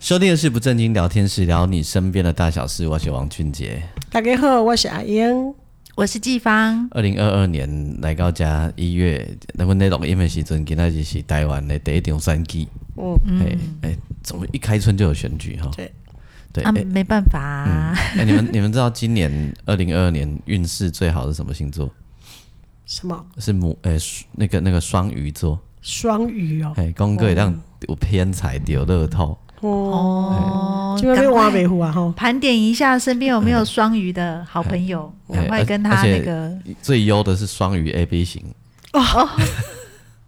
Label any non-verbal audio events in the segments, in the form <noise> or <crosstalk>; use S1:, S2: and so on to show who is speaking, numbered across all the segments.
S1: 收听的是不正经聊天室，聊你身边的大小事。我是王俊杰。
S2: 大家好，我是阿英。
S3: 我是季芳，
S1: 二零二二年来到家一月，那么那录音的时阵，今仔日是台湾的第一场选举。
S2: 嗯
S1: 哎哎，怎么一开春就有选举哈？
S2: 对
S1: 对，
S3: 啊，
S1: 哎
S3: 没办法啊、
S1: 哎，你们你们知道今年二零二二年运势最好是什么星座？
S2: 什么
S1: 是母哎那个那个双鱼座。
S2: 双鱼哦？
S1: 哎，公哥让有偏财丢乐透。
S2: 哦，
S3: 哦，
S2: 就被挖
S3: 赶
S2: 美
S3: 快
S2: 湖啊吼，
S3: 盘点一下身边有没有双鱼的好朋友，
S1: 哎
S3: 赶快
S1: 而
S3: 跟他
S1: 而且
S3: 那个
S1: 最优的是双鱼 A B 型，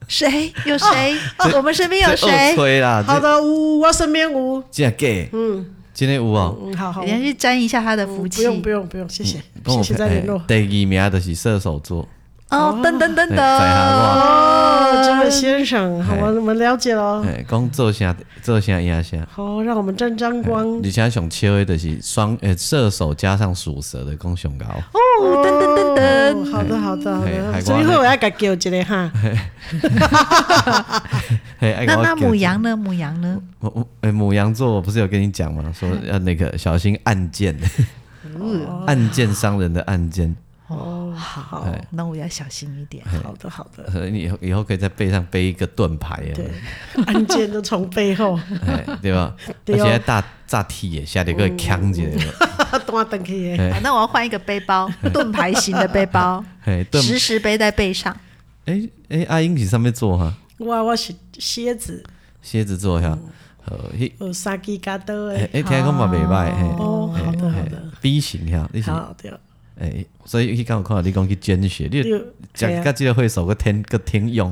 S3: 谁有谁、哦我们身边有
S1: <laughs> 这哦
S3: 谁
S1: 二，吹啦，
S2: 好
S1: 这
S2: 的，呜，我身边无，
S1: 这 gay，
S2: 嗯
S1: 今天有哦，
S2: 嗯，好好，
S3: 人家去沾一下他的
S2: 嗯
S3: 福
S2: 不
S3: 气、
S2: 用不用不用，谢谢，
S1: 嗯跟
S2: 谢
S1: 我
S2: 谢再联络。
S1: 哎第二名就是射手座，
S3: 哦，噔噔噔噔，
S1: 对哎在啊下
S2: 哦，这位先生，好，
S1: 哎
S2: 我们了解了。
S1: 哎，讲做啥做啥压啥。
S2: 好，让我们沾沾
S1: 哎
S2: 光。
S1: 而且上笑的就是双呃射手加上属蛇的讲上高，
S3: 哦，噔噔噔
S2: 哦
S3: 噔。
S2: 好的，好的，好
S1: 嘿海
S2: 的。
S1: 瓜
S2: 所以
S1: 哎呢
S2: 后我要改叫一个哈，
S1: 嘿，哎
S3: 那那
S1: 我给
S3: 母羊呢？母羊呢？
S1: 我我哎母羊座我不是有跟你讲
S2: <laughs>
S1: 吗？说要那个小心暗箭，
S2: 嗯
S1: 暗箭伤人的暗箭，
S3: 哦，
S2: 好
S1: 哎
S3: 那我要小心一点。
S2: 好的，好的。
S1: 呃你以后以后可以在背上背一个盾牌，有没有
S2: 对，案件都从背后 <laughs>
S1: 哎对吧？而
S2: 对哦嗯
S1: 且大炸踢也下得个枪子，
S2: 端登去的。
S1: 哎
S3: 好，啊那我要换一个背
S1: <laughs>
S3: 包，盾牌型的背包，
S1: 哎盾
S3: 时时背在
S2: <laughs>
S3: 背上。
S1: 哎哎阿英是上面做哈，
S2: 我我是蝎子，
S1: 蝎子座哈，
S2: 嗯
S1: 呃嘿
S2: 有三支加刀
S1: 哎
S2: 的。
S1: 哎听讲嘛袂歹嘿。
S2: 哦，好的，好
S1: 哎
S2: 的，
S1: B 型哈，你是
S2: 好的。
S1: 诶、所以迄刚有看到你讲去捐血，你
S2: 对哎
S1: 讲甲即个会手个天个天用，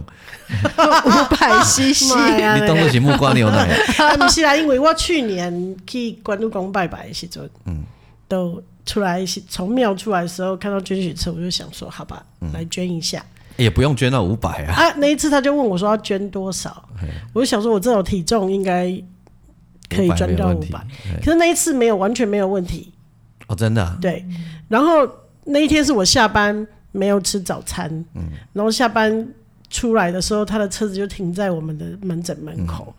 S1: 你
S3: 五百 CC，
S2: 妈呀！
S1: 当做是木瓜牛奶，
S2: 啊，不是啦，因为我去年去关渡宫拜拜的时阵，嗯，都出来是从庙出来的时候看到捐血车，我就想说，好吧，
S1: 嗯
S2: 来捐一
S1: <laughs>
S2: 下。
S1: <laughs> 也不用捐到五百啊。
S2: 啊，那一次他就问我说要捐多少，我就想说我这种体重应该 <laughs> 可以
S1: 500
S2: 捐
S1: 没有
S2: 到
S1: 问
S2: 五
S1: 题
S2: 百，
S1: 嘿
S2: 可是那一次没有，完全没有问题。
S1: 哦，真的、啊，
S2: 对，然后那一天是我下班没有吃早餐，然后下班出来的时候，他的车子就停在我们的门诊门口，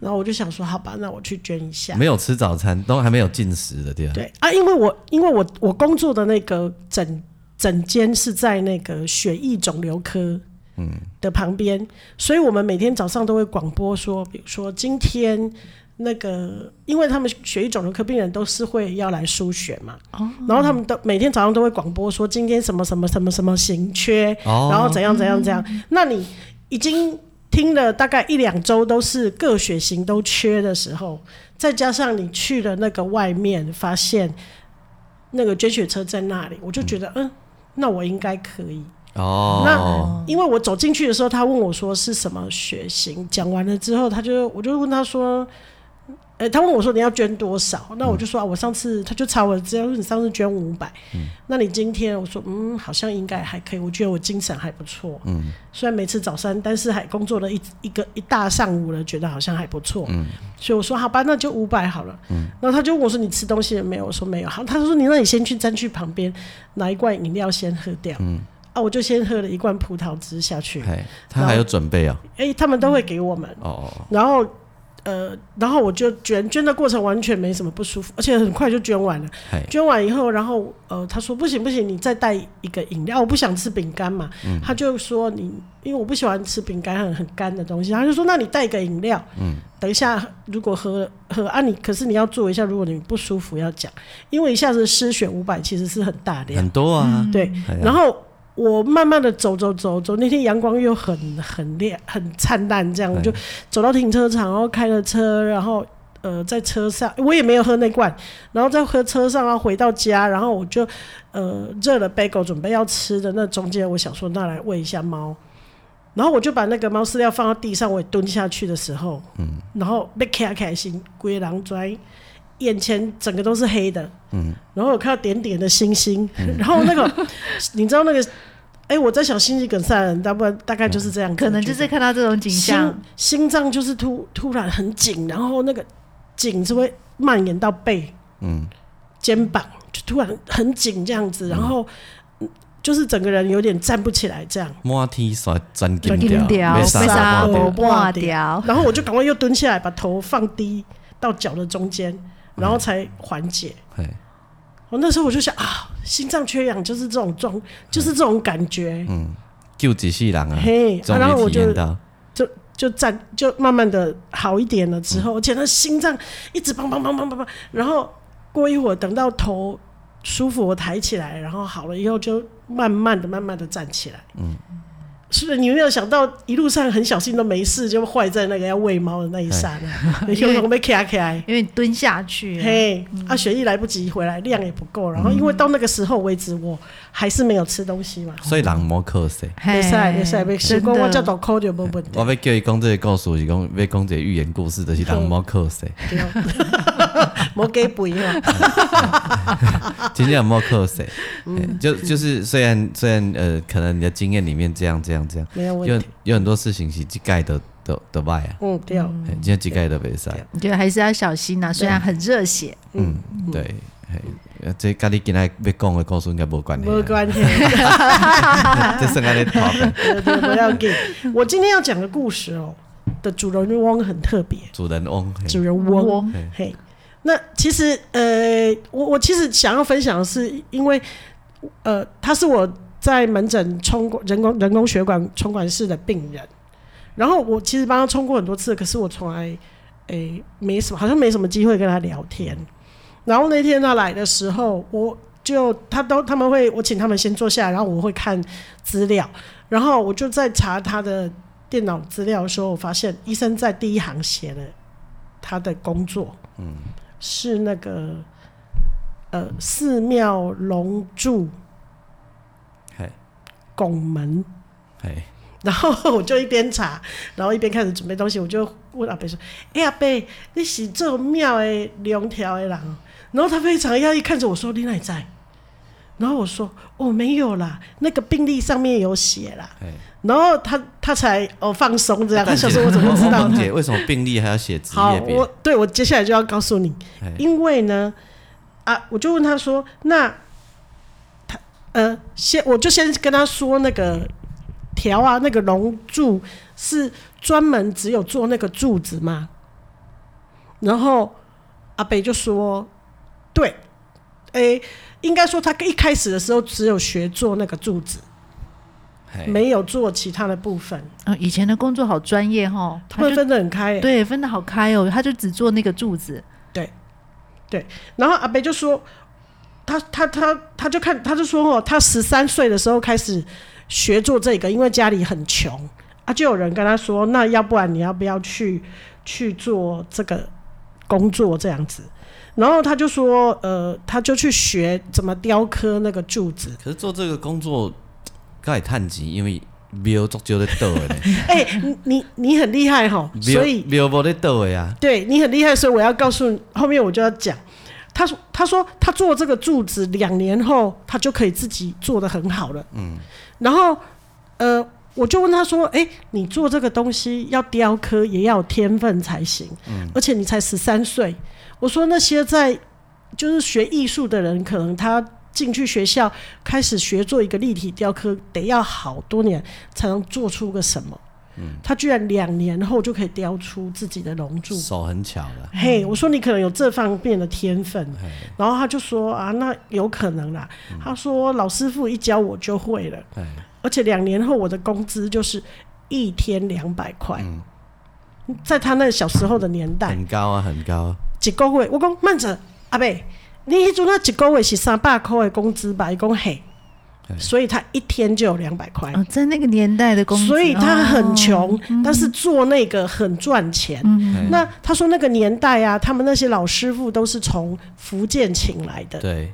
S2: 然后我就想说，好吧，那我去捐一下。
S1: 没有吃早餐，都还没有进食的对吧？
S2: 啊对啊，因为我因为我我工作的那个诊诊间是在那个血液肿瘤科的旁边，所以我们每天早上都会广播说，比如说今天那个，因为他们血液肿瘤科病人都是会要来输血嘛，然后他们都每天早上都会广播说今天什么什么什么什么行缺，
S1: 哦
S2: 然后怎样怎样怎样，那你已经。听了大概一两周都是各血型都缺的时候，再加上你去了那个外面，发现那个捐血车在那里，我就觉得，嗯，那我应该可以。
S1: 哦，
S2: 因为我走进去的时候，他问我说是什么血型，讲完了之后，他就我就问他说，呃、他问我说你要捐多少？那我就说、啊，我上次他就查我的资料，说你上次捐五百、那你今天我说嗯，好像应该还可以，我觉得我精神还不错，嗯，虽然没吃早餐，但是还工作了一一个一大上午了，觉得好像还不错，嗯，所以我说好吧，那就五百好了，嗯，然后他就问我说你吃东西了没有？我说没有，好，他说你那你先去站去旁边拿一罐饮料先喝掉，嗯。啊，我就先喝了一罐葡萄汁下去。哎、
S1: 哎，他还有准备啊、
S2: 他们都会给我们，
S1: 哦，哦
S2: 然后呃，然后我就捐，捐的过程完全没什么不舒服，而且很快就捐完了。
S1: 哦，嘿，
S2: 捐完以后，然后呃，他说不行不行，你再带一个饮料，我不想吃饼干嘛。
S1: 嗯
S2: 他就说你，因为我不喜欢吃饼干很很干的东西，他就说那你带一个饮料，嗯，等一下如果喝喝啊你，可是你要做一下，如果你不舒服要讲，因为一下子失血五百其实是很大量
S1: 很，多啊，
S3: 嗯
S2: 对，
S1: 哎呀
S2: 嗯然后我慢慢的走走走走，那天阳光又很很亮很灿烂，这样
S1: 哎
S2: 我就走到停车场，然后开了车，然后呃在车上我也没有喝那罐，然后在喝车上，然后回到家，然后我就呃热了 bagel 准备要吃的那中间，我想说那来喂一下猫。然后我就把那个猫饲料放到地上，我也蹲下去的时候，嗯，然后被卡开心，龟狼拽，眼前整个都是黑的，嗯，然后我看到点点的星星，
S3: 嗯
S2: 然后那个 <laughs> 你知道那个，哎、我在想心肌梗塞的人，大部分大概就是这样，
S3: 可能就是看到这种景象，
S2: 心心脏就是突突然很紧，然后那个紧是会蔓延到背，
S1: 嗯，
S2: 肩膀就突然很紧这样子，然后嗯就是整个人有点站不起来这样。
S1: 满天刷钻金
S2: 金
S1: 条，
S2: 条
S1: 没
S2: 没哦啥
S3: 啊
S1: 啥
S2: 没
S1: 掉
S2: 啥。挂
S3: 挂
S2: 掉
S3: 掉，
S2: 然后我就赶快又蹲下来，把头放低到脚的中间，然后才缓解。
S1: 嘿
S2: 我那时候我就想啊，心脏缺氧就是这种状，就是这种感觉。
S1: 嗯，救几世人啊，
S2: 嘿、啊然后
S1: 终
S2: 我
S1: 于体
S2: 就
S1: 验到，
S2: 就站就慢慢的好一点了之后，而且那心脏一直砰砰砰砰砰砰，然后过一会儿等到头舒服，我抬起来，然后好了以后就慢慢的慢慢的站起来。嗯，是不是你有没有想到一路上很小心都没事，就坏在那个要喂猫的那一刹那，有种被卡起
S3: <laughs>
S2: 来。
S3: 因为你蹲下去了，
S2: 嘿，啊，雪莉来不及回来，量也不够，然后因为到那个时候为止，我还是没有吃东西嘛。
S1: 所以人莫可惜。
S2: 没
S3: 嘿
S2: 事没事，没事，
S3: 真的
S2: 光我叫到口就没问题
S1: 我。要叫伊讲这个故事，是讲要讲一个寓言故事，就是人莫可惜，
S2: 对，没给肥哦， <laughs>
S1: 真正莫可惜。
S2: 嗯
S1: 嘿就就是虽然虽然呃，可能你的经验里面这样这样这样，
S2: 没有问
S1: 有
S2: 题。
S1: 有很多事情是一概的都都歹啊，
S2: 嗯，对，
S1: 嘿真正一概都袂使。
S3: 我觉得还是要小心啊呐、虽然很热血，
S1: 嗯，对，嘿呃这甲你今仔要讲的故事应该无关系啊，
S2: 没关系，
S1: <laughs> 这算安尼头的
S2: 对对不要紧。我今天要讲的故事哦，的主人翁很特别，
S1: <laughs> 主人翁，嘿
S2: 主人翁
S3: 我
S2: 嘿，那其实呃，我我其实想要分享的是，因为呃，他是我在门诊冲过人工人工血管冲管室的病人，然后我其实帮他冲过很多次，可是我从来诶、没什么，好像没什么机会跟他聊天。然后那天他来的时候，我就他都他们会我请他们先坐下来，然后我会看资料，然后我就在查他的电脑资料的时候，我发现医生在第一行写了他的工作，嗯，是那个呃寺庙龙柱
S1: 嘿，
S2: 拱门。 <laughs>
S1: 嘿，
S2: 然后我就一边查，然后一边开始准备东西，我就问阿伯说：“哎、阿伯，你是做庙的龙条的人哦？”然后他非常讶异看着我说：“你哪里在？”然后我说：“哦，没有啦，那个病历上面有写啦。
S1: 嘿。”
S2: 然后他他才哦放松这样，他
S1: 但
S2: 想
S1: 是
S2: 说：“我怎么知道
S1: 王？”姐为什么病历还要写职
S2: 好
S1: 业，别？
S2: 我对我接下来就要告诉你，
S1: 哎
S2: 因为呢，啊，我就问他说，那他呃，先我就先跟他说那个条啊，那个龙柱是专门只有做那个柱子吗？然后阿北就说，对，诶、应该说他一开始的时候只有学做那个柱子，
S1: 嘿
S2: 没有做其他的部分，
S3: 啊、以前的工作好专业哦，
S2: 他们
S3: 就
S2: 分得很开、欸。
S3: 对分的好开哦，他就只做那个柱子，
S2: 然后阿北就说，他他他他就看他就说哦，他十三岁的时候开始学做这个，因为家里很穷啊，就有人跟他说，那要不然你要不要去去做这个工作这样子？然后他就说，呃，他就去学怎么雕刻那个柱子。
S1: 可是做这个工作，该也趁钱，因为庙足少咧倒的呢，
S2: 哎、你你你很厉害哈，
S1: 庙
S2: <laughs> 所以
S1: 庙无咧倒的啊，
S2: 对你很厉害，所以我要告诉你，后面我就要讲。他说：“他说他做这个柱子两年后，他就可以自己做的很好了。嗯，然后呃，我就问他说：‘哎、你做这个东西要雕刻，也要有天分才行。嗯，而且你才十三岁。’我说那些在就是学艺术的人，可能他进去学校开始学做一个立体雕刻，得要好多年才能做出个什么。嗯，他居然两年后就可以雕出自己的龙柱。”
S1: 手很巧啦。
S2: 嘿，我说你可能有这方面的天分，
S1: 嘿
S2: 然后他就说啊，那有可能啦。他说老师傅一教我就会了，
S1: 嘿
S2: 而且两年后我的工资就是一天两百块，
S1: 嗯
S2: 在他那小时候的年代，
S1: 很高啊，很高啊，
S2: 一个月我讲慢着，阿贝，你迄阵那一个月是三百块的工资吧？伊讲嘿，
S1: 嘿
S2: 所以他一天就有两百块，
S3: 哦，在那个年代的工作，
S2: 哎所以他很
S3: 哦
S2: 穷，但是做那个很赚钱。
S1: 嘿
S2: 嗯那他说那个年代啊，他们那些老师傅都是从福建请来的，
S1: 对，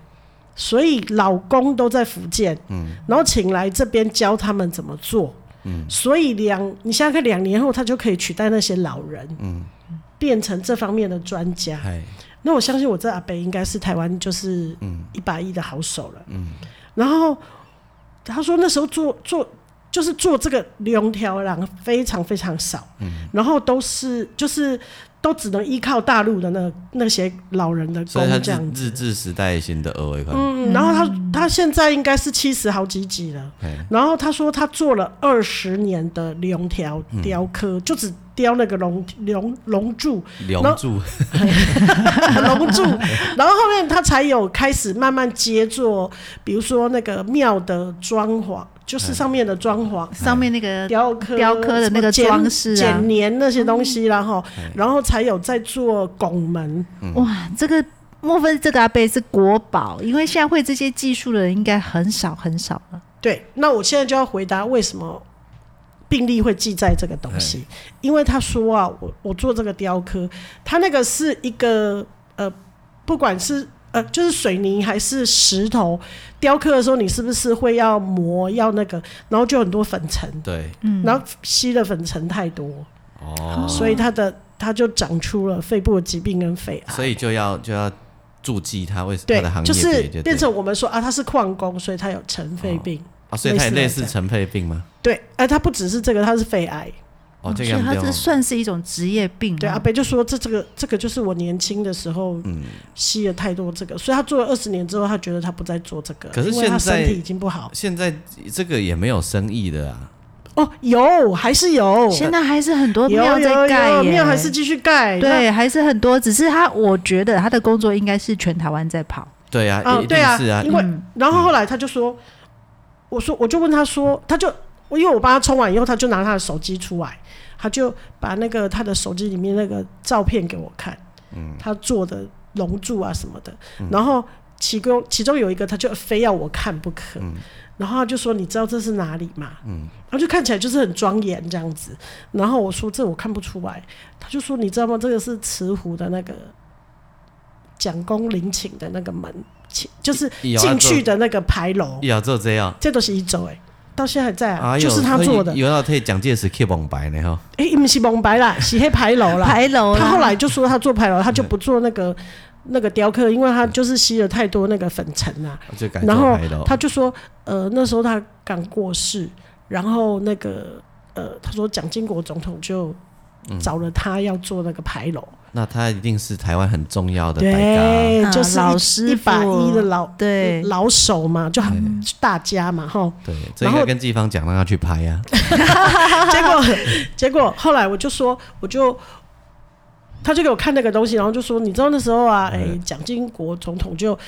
S2: 所以老公都在福建，然后请来这边教他们怎么做。嗯，所以两你想想看，两年后他就可以取代那些老人，嗯，变成这方面的专家。
S1: 嗨，
S2: 那我相信我这阿北应该是台湾就是
S1: 嗯
S2: 一把一的好手了。嗯，然后他说那时候做做就是做这个龙条郎非常非常少，嗯，然后都是就是都只能依靠大陆的那那些老人的
S1: 所以
S2: 工
S1: 它
S2: 这
S1: 是
S2: 样
S1: 日
S2: 子。
S1: 治时代型的二维款，
S2: 嗯，然后他他现在应该是七十好几集了，
S1: 哎，
S2: 然后他说他做了二十年的龙条
S1: 嗯
S2: 雕刻，就只雕那个龙龙龙柱，
S1: 龙柱，
S2: 龙柱， <laughs> 然后后面他才有开始慢慢接做，比如说那个庙的装潢，就是上面的装潢。
S3: 上面那个
S2: 雕刻、
S3: 呃雕刻的那个
S2: 什么剪
S3: 装饰啊
S2: 剪黏那些东西啦，然后，然后才有在做拱门，
S3: 哇，这个莫非这个阿贝是国宝？因为现在会这些技术的人应该很少很少了。
S2: 对，那我现在就要回答为什么病例会记载这个东西，
S1: 哎
S2: 因为他说啊，我我做这个雕刻，他那个是一个呃，不管是呃就是水泥还是石头雕刻的时候，你是不是会要磨要那个，然后就很多粉尘，
S1: 对，
S2: 然后吸的粉尘太多，
S1: 哦，
S2: 所以它的它就长出了肺部的疾病跟肺癌。
S1: 所以就要就要注记它为它
S2: 对
S1: 的行，业
S2: 就是
S1: 别对
S2: 变成我们说啊，他是矿工，所以他有尘肺病。
S1: 啊，所以它也类
S2: 类似
S1: 似
S2: 的
S1: 尘肺病吗？
S2: 对，哎、他不只是这个，他是肺癌。
S1: 哦，这
S3: 所
S1: 个
S3: 以
S1: 样
S3: 它
S1: 子
S3: 这算是一种职业
S1: 嗯
S3: 病、
S2: 对，阿北就说这这个这个就是我年轻的时候
S1: 嗯
S2: 吸了太多这个，所以他做了二十年之后，他觉得他不再做这个，
S1: 可是
S2: 因为他
S1: 现在
S2: 身体已经不好。
S1: 现在这个也没有生意的啊，
S2: 哦，有还是有，
S3: 现在还是很多
S2: 哦有
S3: 庙在盖
S2: 有有
S3: 耶
S2: 庙还是继续盖。
S3: 对，还是很多。只是他，我觉得他的工作应该是全台湾在跑。
S1: 对啊，
S2: 哦
S1: 一定
S2: 对啊
S1: 是啊，
S2: 因为那，然后后来他就说，我说我就问他说，他就我因为我帮他冲完以后，他就拿他的手机出来，他就把那个他的手机里面那个照片给我看，
S1: 嗯
S2: 他做的龙柱啊什么的，然后其中其中有一个他就非要我看不可，
S1: 嗯
S2: 然后他就说你知道这是哪里吗？然后就看起来就是很庄严这样子，然后我说这我看不出来，他就说你知道吗？这个是慈湖的那个蒋公陵寝的那个门，寝就是
S1: 有啊
S2: 进去的那个牌楼，
S1: 要做这样。
S2: 这都是一周哎，到现在还在啊，
S1: 哎呦
S2: 就是他做的
S1: 所以。有要替蒋介石 keep 红白呢哈，
S2: 哎、不是蒙白
S1: <laughs>
S2: 啦，是黑牌楼啦。
S3: 牌楼啦，
S2: 他后来就说他做牌楼，他就不做那个那个雕刻，因为他就是吸了太多那个粉尘啦、
S1: 就改
S2: 然
S1: 做
S2: 后
S1: 牌楼。
S2: 他就说，呃，那时候他刚过世，然后那个呃，他说蒋经国总统就
S1: 嗯
S2: 找了他要做那个牌楼，
S1: 那他一定是台湾很重要的白咖，
S2: 对，
S3: 啊
S2: 就是
S3: 老
S2: 一
S3: 师
S2: 一把
S3: 傅
S2: 一的老
S3: 对
S2: 老手嘛，就很大家嘛，哈。
S1: 对，这应该跟季芳讲让他去拍呀、啊。
S2: 结果结果后来我就说，我就。他就给我看那个东西，然后就说：“你知道那时候啊，哎、蒋经国总统就，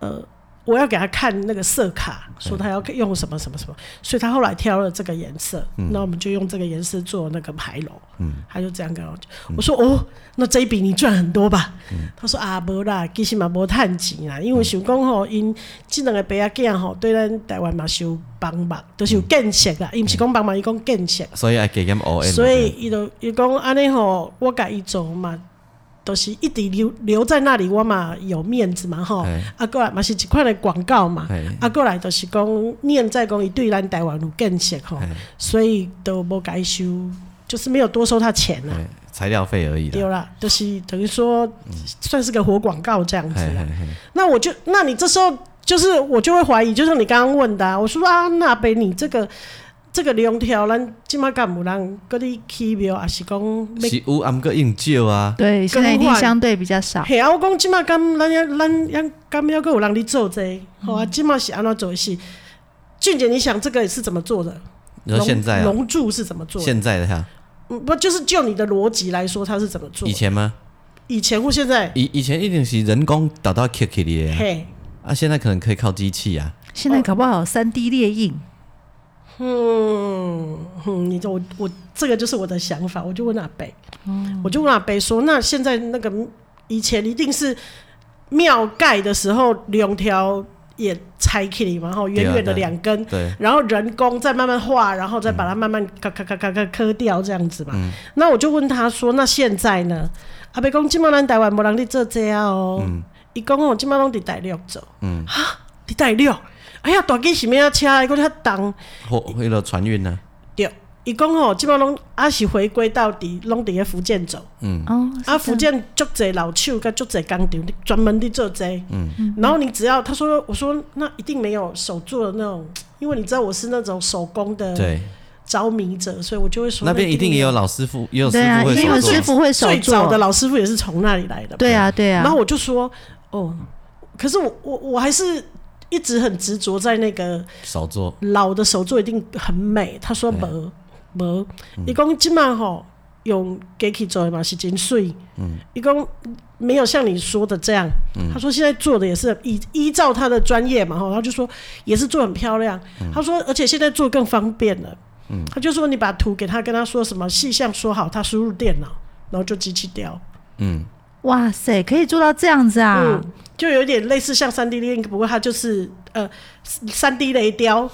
S2: 呃，我要给他看那个色卡，说他要用什么什么什么，所以他后来挑了这个颜色，那、我们就用这个颜色做那个牌楼。他就这样跟我讲，我说：“哦，那这一笔你赚很多吧？”他说：“啊，无啦，其实嘛无趁钱啦，因为想讲吼，因这两个白仔囝吼，对咱台湾嘛是有帮忙，都、是有建设啦，伊毋是讲帮忙，伊讲建设。”
S1: 所以爱给他们 O N。
S2: 所以伊就伊讲安尼吼，我甲伊做嘛，都、是一直留留在那里，我嘛有面子嘛吼
S1: 嘿。
S2: 啊，过来嘛是一款的广告嘛
S1: 嘿，
S2: 啊，过来就是讲念在讲伊对咱台湾有建设吼
S1: 嘿，
S2: 所以都无甲伊收，就是没有多收他钱啦。
S1: 哎材料费而已
S2: 对
S1: 啦。嗯
S2: 啦，就是等于说，算是个活广告这样子
S1: 嘿
S2: 啦
S1: 嘿。嘿
S2: 那我就，那你这时候就是我就会怀疑，就像你刚刚问的、啊，我说啊，那被你这个这个两条，咱今嘛敢不让各地起庙，还是讲要
S1: 是有俺个应旧啊，
S3: 对，现在一
S2: 更
S3: 定
S2: 换
S3: 相对比较少。
S2: 嘿啊，我讲即马敢咱要咱要敢要搁有人咧做这
S1: 嗯
S2: 个，好啊，即马是安怎做的是？俊姐，你想这个是怎么做的？
S1: 你说现在啊，
S2: 龙柱是怎么做的？
S1: 现在的哈，
S2: 嗯不就是就你的逻辑来说，它是怎么做
S1: 以
S2: 的？
S1: 前吗？
S2: 以前或现在？
S1: 以以前一定是人工打到 K K 的啊，
S2: 嘿，
S1: 啊，现在可能可以靠机器啊，
S3: 现在搞不好三 D 列印，
S2: 嗯哼，你就我我这个就是我的想法，我就问阿北，
S1: 嗯
S2: 我就问阿北说，那现在那个以前一定是庙盖的时候，两条也拆起来嘛，然后
S1: 对
S2: 远
S1: 啊
S2: 远的
S1: 对啊嗯
S2: 两根，
S1: 对，
S2: 然后人工再慢慢画，然后再把它慢慢咔咔咔咔咔磕掉这样子嘛。
S1: 嗯
S2: 那我就问他说：“那现在呢？”阿伯讲：“今麦咱台湾无人伫做这啊哦。
S1: 嗯
S2: 伊讲哦，今麦拢伫大陆做。嗯，哈，啊伫大陆。哎呀，大机是咩啊车，伊讲遐重。
S1: 或为了船运呢，
S2: 对，伊讲吼，基本上拢阿是回归到底，拢伫咧福建走。
S3: 哦，
S2: 啊，
S3: 是
S2: 福建足侪老手跟足侪工厂专门地做这嗯，然后你只要他说，我说那一定没有手做的那种，因为你知道我是那种手工的
S1: 对，
S2: 着迷者，所以我就会说
S1: 那边一定
S2: 没
S1: 也有老师傅，也有师
S3: 对啊，
S1: 傅
S3: 一
S1: 会
S3: 定有
S1: 手
S3: 师
S1: 做。
S3: 傅会手
S2: 最早
S3: 做
S2: 的老师傅也是从那里来的。
S3: 对啊，对啊。
S2: 然后我就说，哦，可是我我我还是一直很执着在那个
S1: 手做，
S2: 老的手作一定很美。他说
S1: 对
S2: 无无，伊讲即满吼用 g a k i 做的嘛是真水，伊讲没有像你说的这样。他说现在做的也是依依照他的专业嘛吼，他就说也是做很漂亮。他说而且现在做更方便了，他就说你把图给他，跟他说什么细项说好，他输入电脑，然后就机器雕。
S3: 哇塞，可以做到这样子啊！
S2: 嗯，就有点类似像三 D Link，不过它就是呃三 D 雷雕。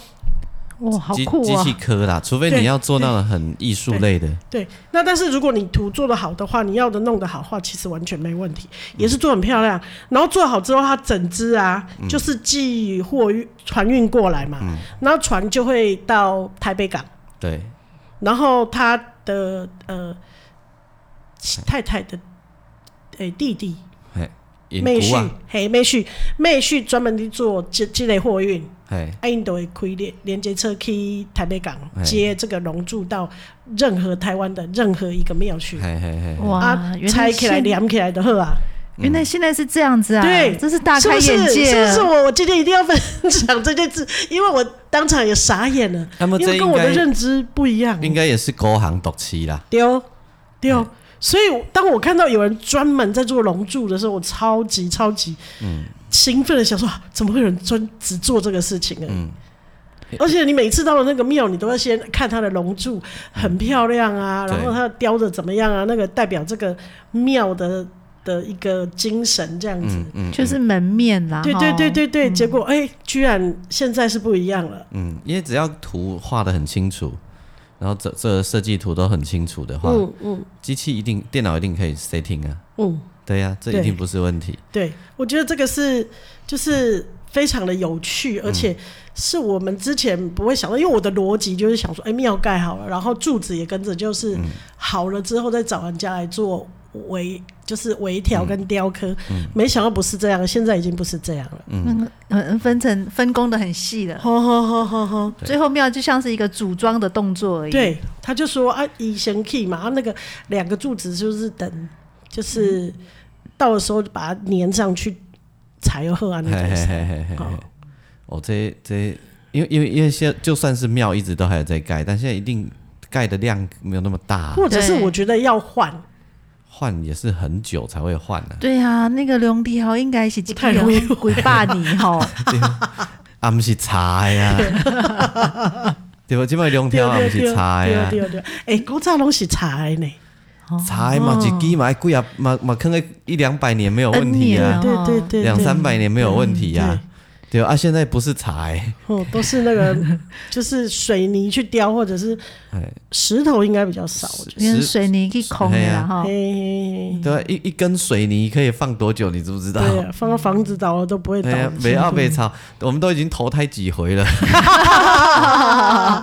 S3: 哇，好
S1: 机
S3: 酷
S1: 机
S3: 啊！
S1: 器
S2: <laughs>
S1: 科啦，除非你
S2: 哦对
S1: 要做那种很艺术类的，
S2: 对，那但是如果你图做得好的话，你要的弄得好的话，其实完全没问题，也
S1: 嗯
S2: 是做很漂亮。然后做好之后，它整只啊，就是寄货运船运过来嘛，
S1: 嗯
S2: 然后船就会到台北港，
S1: 对，
S2: 然后他的呃太太的诶、弟弟
S1: 哎，引
S2: 妹
S1: 古
S2: 婿
S1: 啊，，
S2: 嘿妹婿妹婿专门去做这这类货运，
S1: 哎，
S2: 啊，因都会开连连接车去台北港
S1: 嘿
S2: 接这个龙柱到任何台湾的任何一个庙去。
S1: 嘿嘿嘿，
S3: 哇
S2: 啊，
S3: 原
S2: 拆
S3: 来
S2: 起来
S3: 现
S2: 量起来的喝啊，
S3: 原来现在是这样子啊！
S2: 对
S3: 这是大
S2: 是
S3: 开
S2: 不是？
S3: 眼界。啊
S2: 是不是我我今天一定要分享这件事？因为我当场也傻眼了，
S1: 那么
S2: 因
S1: 这
S2: 为跟
S1: 应
S2: 我的
S1: 该
S2: 认知不一样。
S1: 应该也是勾行独期啦，
S2: 丢丢，所以我当我看到有人专门在做龙柱的时候，我超级超级
S1: 嗯
S2: 兴奋的想说，啊怎么会有人专只做这个事情呢？
S1: 嗯
S2: 而且你每次到了那个庙，你都要先看它的龙柱很漂亮啊，
S1: 对
S2: 然后它雕的怎么样啊，那个代表这个庙的的一个精神这样子。
S1: 嗯嗯，
S3: 就是门面啦，
S2: 对对
S3: 齁
S2: 对，对对，结果哎、居然现在是不一样了。
S1: 嗯，因为只要图画的很清楚，然后这这设计图都很清楚的话，
S2: 嗯嗯
S1: 机器一定电脑一定可以 setting 啊，
S2: 嗯，
S1: 对呀、这
S2: 对
S1: 一定不是问题。
S2: 对，我觉得这个是就是非常的有趣，
S1: 嗯
S2: 而且是我们之前不会想到，因为我的逻辑就是想说，哎、庙盖好了，然后柱子也跟着就是
S1: 嗯
S2: 好了之后再找人家来做围，就是围
S1: 嗯
S2: 条跟雕刻。没想到不是这样，现在已经不是这样了。
S3: 嗯，嗯分成分工的很细的，
S2: 吼吼吼吼吼！
S1: 对
S3: 最后庙就像是一个组装的动作而已。，
S2: 对，他就说啊，以前 key 嘛，啊那个两个柱子就是等，
S1: 嗯
S2: 就是到的时候把它粘上去才有喝啊那
S1: 嘿嘿
S2: 种。
S1: 嘿嘿嘿嘿
S2: 好，
S1: 哦，这这，因为因为因为现在就算是庙一直都还有在盖，但现在一定盖的量没有那么大、
S2: 或者是
S3: 对
S2: 我觉得要换，
S1: 换也是很久才会换啊。
S3: 对啊，那个龙帝豪应该是几
S2: 太容易
S3: 鬼霸你哈，
S2: <laughs>
S1: 啊，不是茶呀、
S2: <laughs>
S1: 对吧？即摆两条啊，不是茶呀、
S2: 对对对，哎，古早拢是茶的呢，
S1: 茶嘛一支嘛要几啊，嘛嘛坑个一两百年没有问题
S3: N 年
S1: 啊
S3: 啊，
S2: 对对嗯对，对
S1: 两三，百年没有问题啊。对啊，现在不是茶、欸，
S2: 哦，都是那
S1: <laughs>
S2: 个就是水泥去雕，或者是
S1: 哎，
S2: 石头应该比较少，我觉
S3: 用
S1: 石
S3: 水泥去孔的啦
S2: 得。
S3: 哈。
S2: 嘿嘿嘿
S1: 对啊，一一根水泥可以放多久，你知不知道？
S2: 对啊，放到房子倒了都不会倒
S1: 哎。呀，没要被炒，我们都已经投胎几回
S2: <laughs>
S1: 了，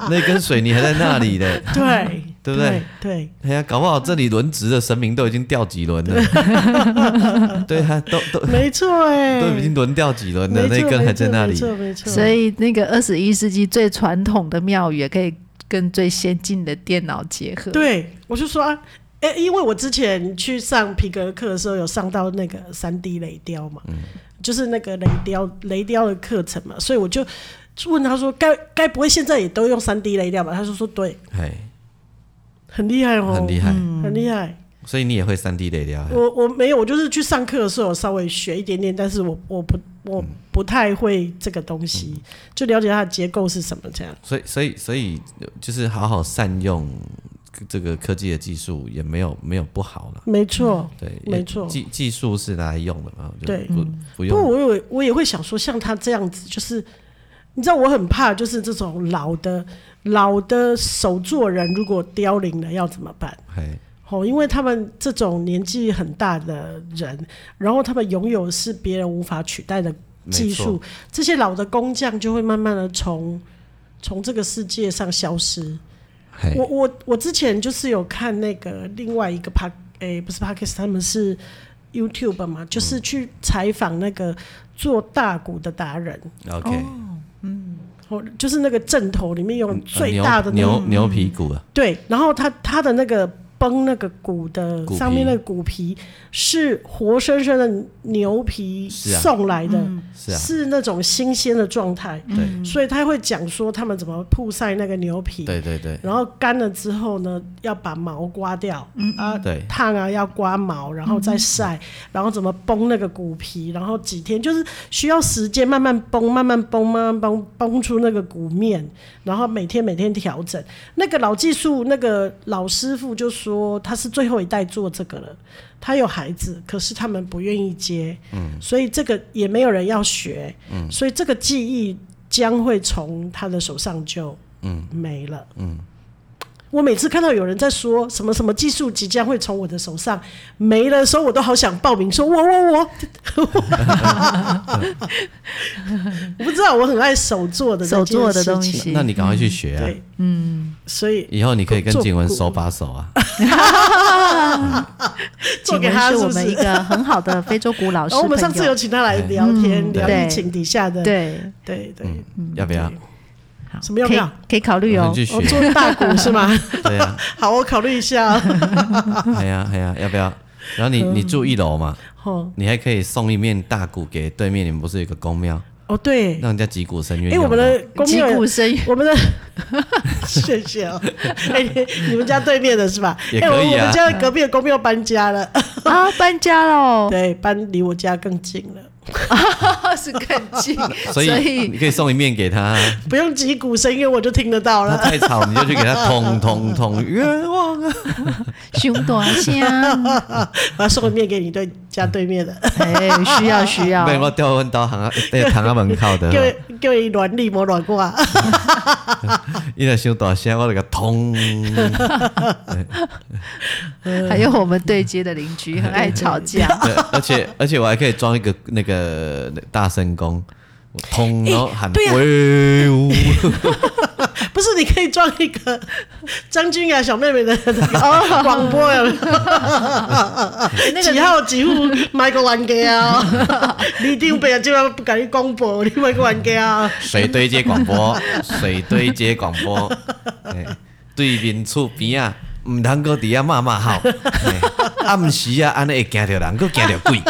S1: 那根水泥还在那里的，
S2: 对
S1: 对不对？
S2: 对，
S1: 哎呀，搞不好这里轮值的神明都已经掉几
S2: <laughs>
S1: 轮了，对啊，都都
S2: 对没错哎，
S1: <laughs> 都已经轮掉几轮了，
S2: 没
S1: 那
S2: 错
S1: 根还在那里
S2: 没，错没错，
S3: 所
S2: 以
S3: 以那个二十一世纪最传统的庙宇也可以跟最先进的电脑结合。，
S2: 对我就说啊。哎，因为我之前去上皮革课的时候，有上到那个三 D 雷雕嘛，
S1: 嗯
S2: 就是那个雷雕雷雕的课程嘛，所以我就问他说：“该该不会现在也都用三 D 雷雕吧？”他就说：“对，
S1: 哎，
S2: 很厉害哦，
S1: 很厉害。嗯
S2: 很厉害。
S1: 所以你也会三 D 雷雕，
S2: 我我没有，我就是去上课的时候稍微学一点点，但是我我不
S1: 嗯
S2: 我不太会这个东西，就了解它的结构是什么这样。
S1: 所以所以所以就是好好善用这个科技的技术，也没有没有不好了。
S2: 没错，
S1: 对，
S2: 没错
S1: 技技术是拿来用的嘛，就
S2: 对嗯
S1: 不不
S2: 不过
S1: 用，
S2: 我有我也会想说，像他这样子，就是你知道我很怕，就是这种老的老的手作人如果凋零了要怎么办？
S1: 哎，
S2: 哦，因为他们这种年纪很大的人，然后他们拥有是别人无法取代的
S1: 没
S2: 技
S1: 错
S2: 术，这些老的工匠就会慢慢的从从这个世界上消失。
S1: 嘿
S2: 我，我我之前就是有看那个另外一个 p a 诶、不是 p a k i s 他们是 YouTube 嘛，
S1: 嗯
S2: 就是去采访那个做大鼓的达人，
S1: OK，
S2: 哦，就是那个阵头里面有最
S1: 嗯牛
S2: 大的那
S1: 牛
S2: 个嗯
S1: 牛皮鼓啊，
S2: 对，然后他他的那个崩那个鼓的
S1: 骨皮
S2: 上面那个骨皮是活生生的牛皮
S1: 是啊
S2: 送来的，
S1: 是啊，
S2: 那种新鲜的状态，
S1: 对
S2: 所以他会讲说他们怎么曝晒那个牛皮，
S1: 对对对
S2: 然后干了之后呢，要把毛刮掉，啊，
S1: 对，
S2: 烫啊要刮毛，然后再晒，然后怎么崩那个骨皮，然后几天就是需要时间慢慢崩，慢慢崩，慢慢崩，崩出那个骨面，然后每天每天调整。那个老技术，那个老师傅就说他是最后一代做这个了，他有孩子，可是他们不愿意接，所以这个也没有人要学，所以这个技艺将会从他的手上就没了，我每次看到有人在说什么什么技术即将会从我的手上没了的时候，我都好想报名，说我我
S3: <laughs>
S2: 我，我不知道，我很爱手做的
S3: 手做的东
S2: 那件事情，
S3: 西。
S1: 那你赶快去学啊，
S2: 嗯对，嗯，所以
S1: 以后你可以跟
S2: 做
S1: 景文
S2: 做
S1: 手把手啊，
S2: 做
S3: 景
S2: 给
S3: 文
S2: 他
S3: 是
S2: 是
S3: 我
S2: 不
S3: 们一
S2: 是？
S3: 个很好的非洲鼓老师
S2: 然后
S3: 朋友。
S2: 我们上次有请他来聊天，
S3: 嗯
S2: 聊
S3: 对
S2: 疫情底下的，
S3: 对，
S2: 对对，
S1: 要不要？
S3: 好
S2: 什么要不
S3: 可以
S2: 要
S3: 可以考虑
S1: 我
S3: 哦
S1: 们。去学
S2: 我，做大鼓是吗？
S1: 对啊，
S2: <laughs> 好，我考虑一下哦。
S1: <laughs> 哎呀哎呀，要不要？然后你
S2: 嗯
S1: 你住一楼嘛，
S2: <laughs> 哦
S1: 你还可以送一面大鼓给对面，你们不是有个公庙，
S2: 哦，对，
S1: 让人家击鼓声乐
S2: 哎、
S1: 用吗。
S2: 我们的公
S3: 击
S2: 庙
S3: 鼓声
S2: 我们的 <laughs> 谢谢哦，哎、你你们家对面的是吧？
S1: 也
S2: 哎我
S1: 可以啊
S2: 我们家隔壁的公庙搬家了， <laughs>
S3: 啊，搬家喽，
S2: 对，搬离我家更近了，
S3: <laughs> 是更近，
S1: <laughs> 所以你可以送一面给他
S2: <laughs>
S1: 啊，
S2: 不用击鼓声，因为我就听得到
S1: 他 <laughs>
S2: 了。
S1: 太吵你就去给他通通通冤枉啊！
S3: 熊短香，
S2: 我要送面给你对家对面的，
S3: <laughs> 哎，需要需要
S1: 不，然我掉问到行啊，对行啊门
S2: <laughs>
S1: 口的
S2: 给，我给我暖力摩暖挂，
S1: 伊来想大声，我那个
S2: <laughs>
S1: 通，
S3: 还有我们对接的邻居很爱
S2: <laughs>
S3: 吵架，
S1: 对而且而且我还可以装一个那个大声公，我通，然后喊
S2: 对啊
S1: 威武，
S2: 不是？你可以装一个 <laughs> 张君雅小妹妹的 <laughs> 哦广播有没有
S3: <laughs> 那
S2: 几
S3: 个
S2: 号几户买个玩家啊？你一定不要就要不敢去广播，你买个玩家啊？
S1: 水堆街广播，水堆街广播，哎对面厝边啊，唔通搁伫遐骂骂吼，哎暗时啊，安尼会惊着人，搁惊着鬼，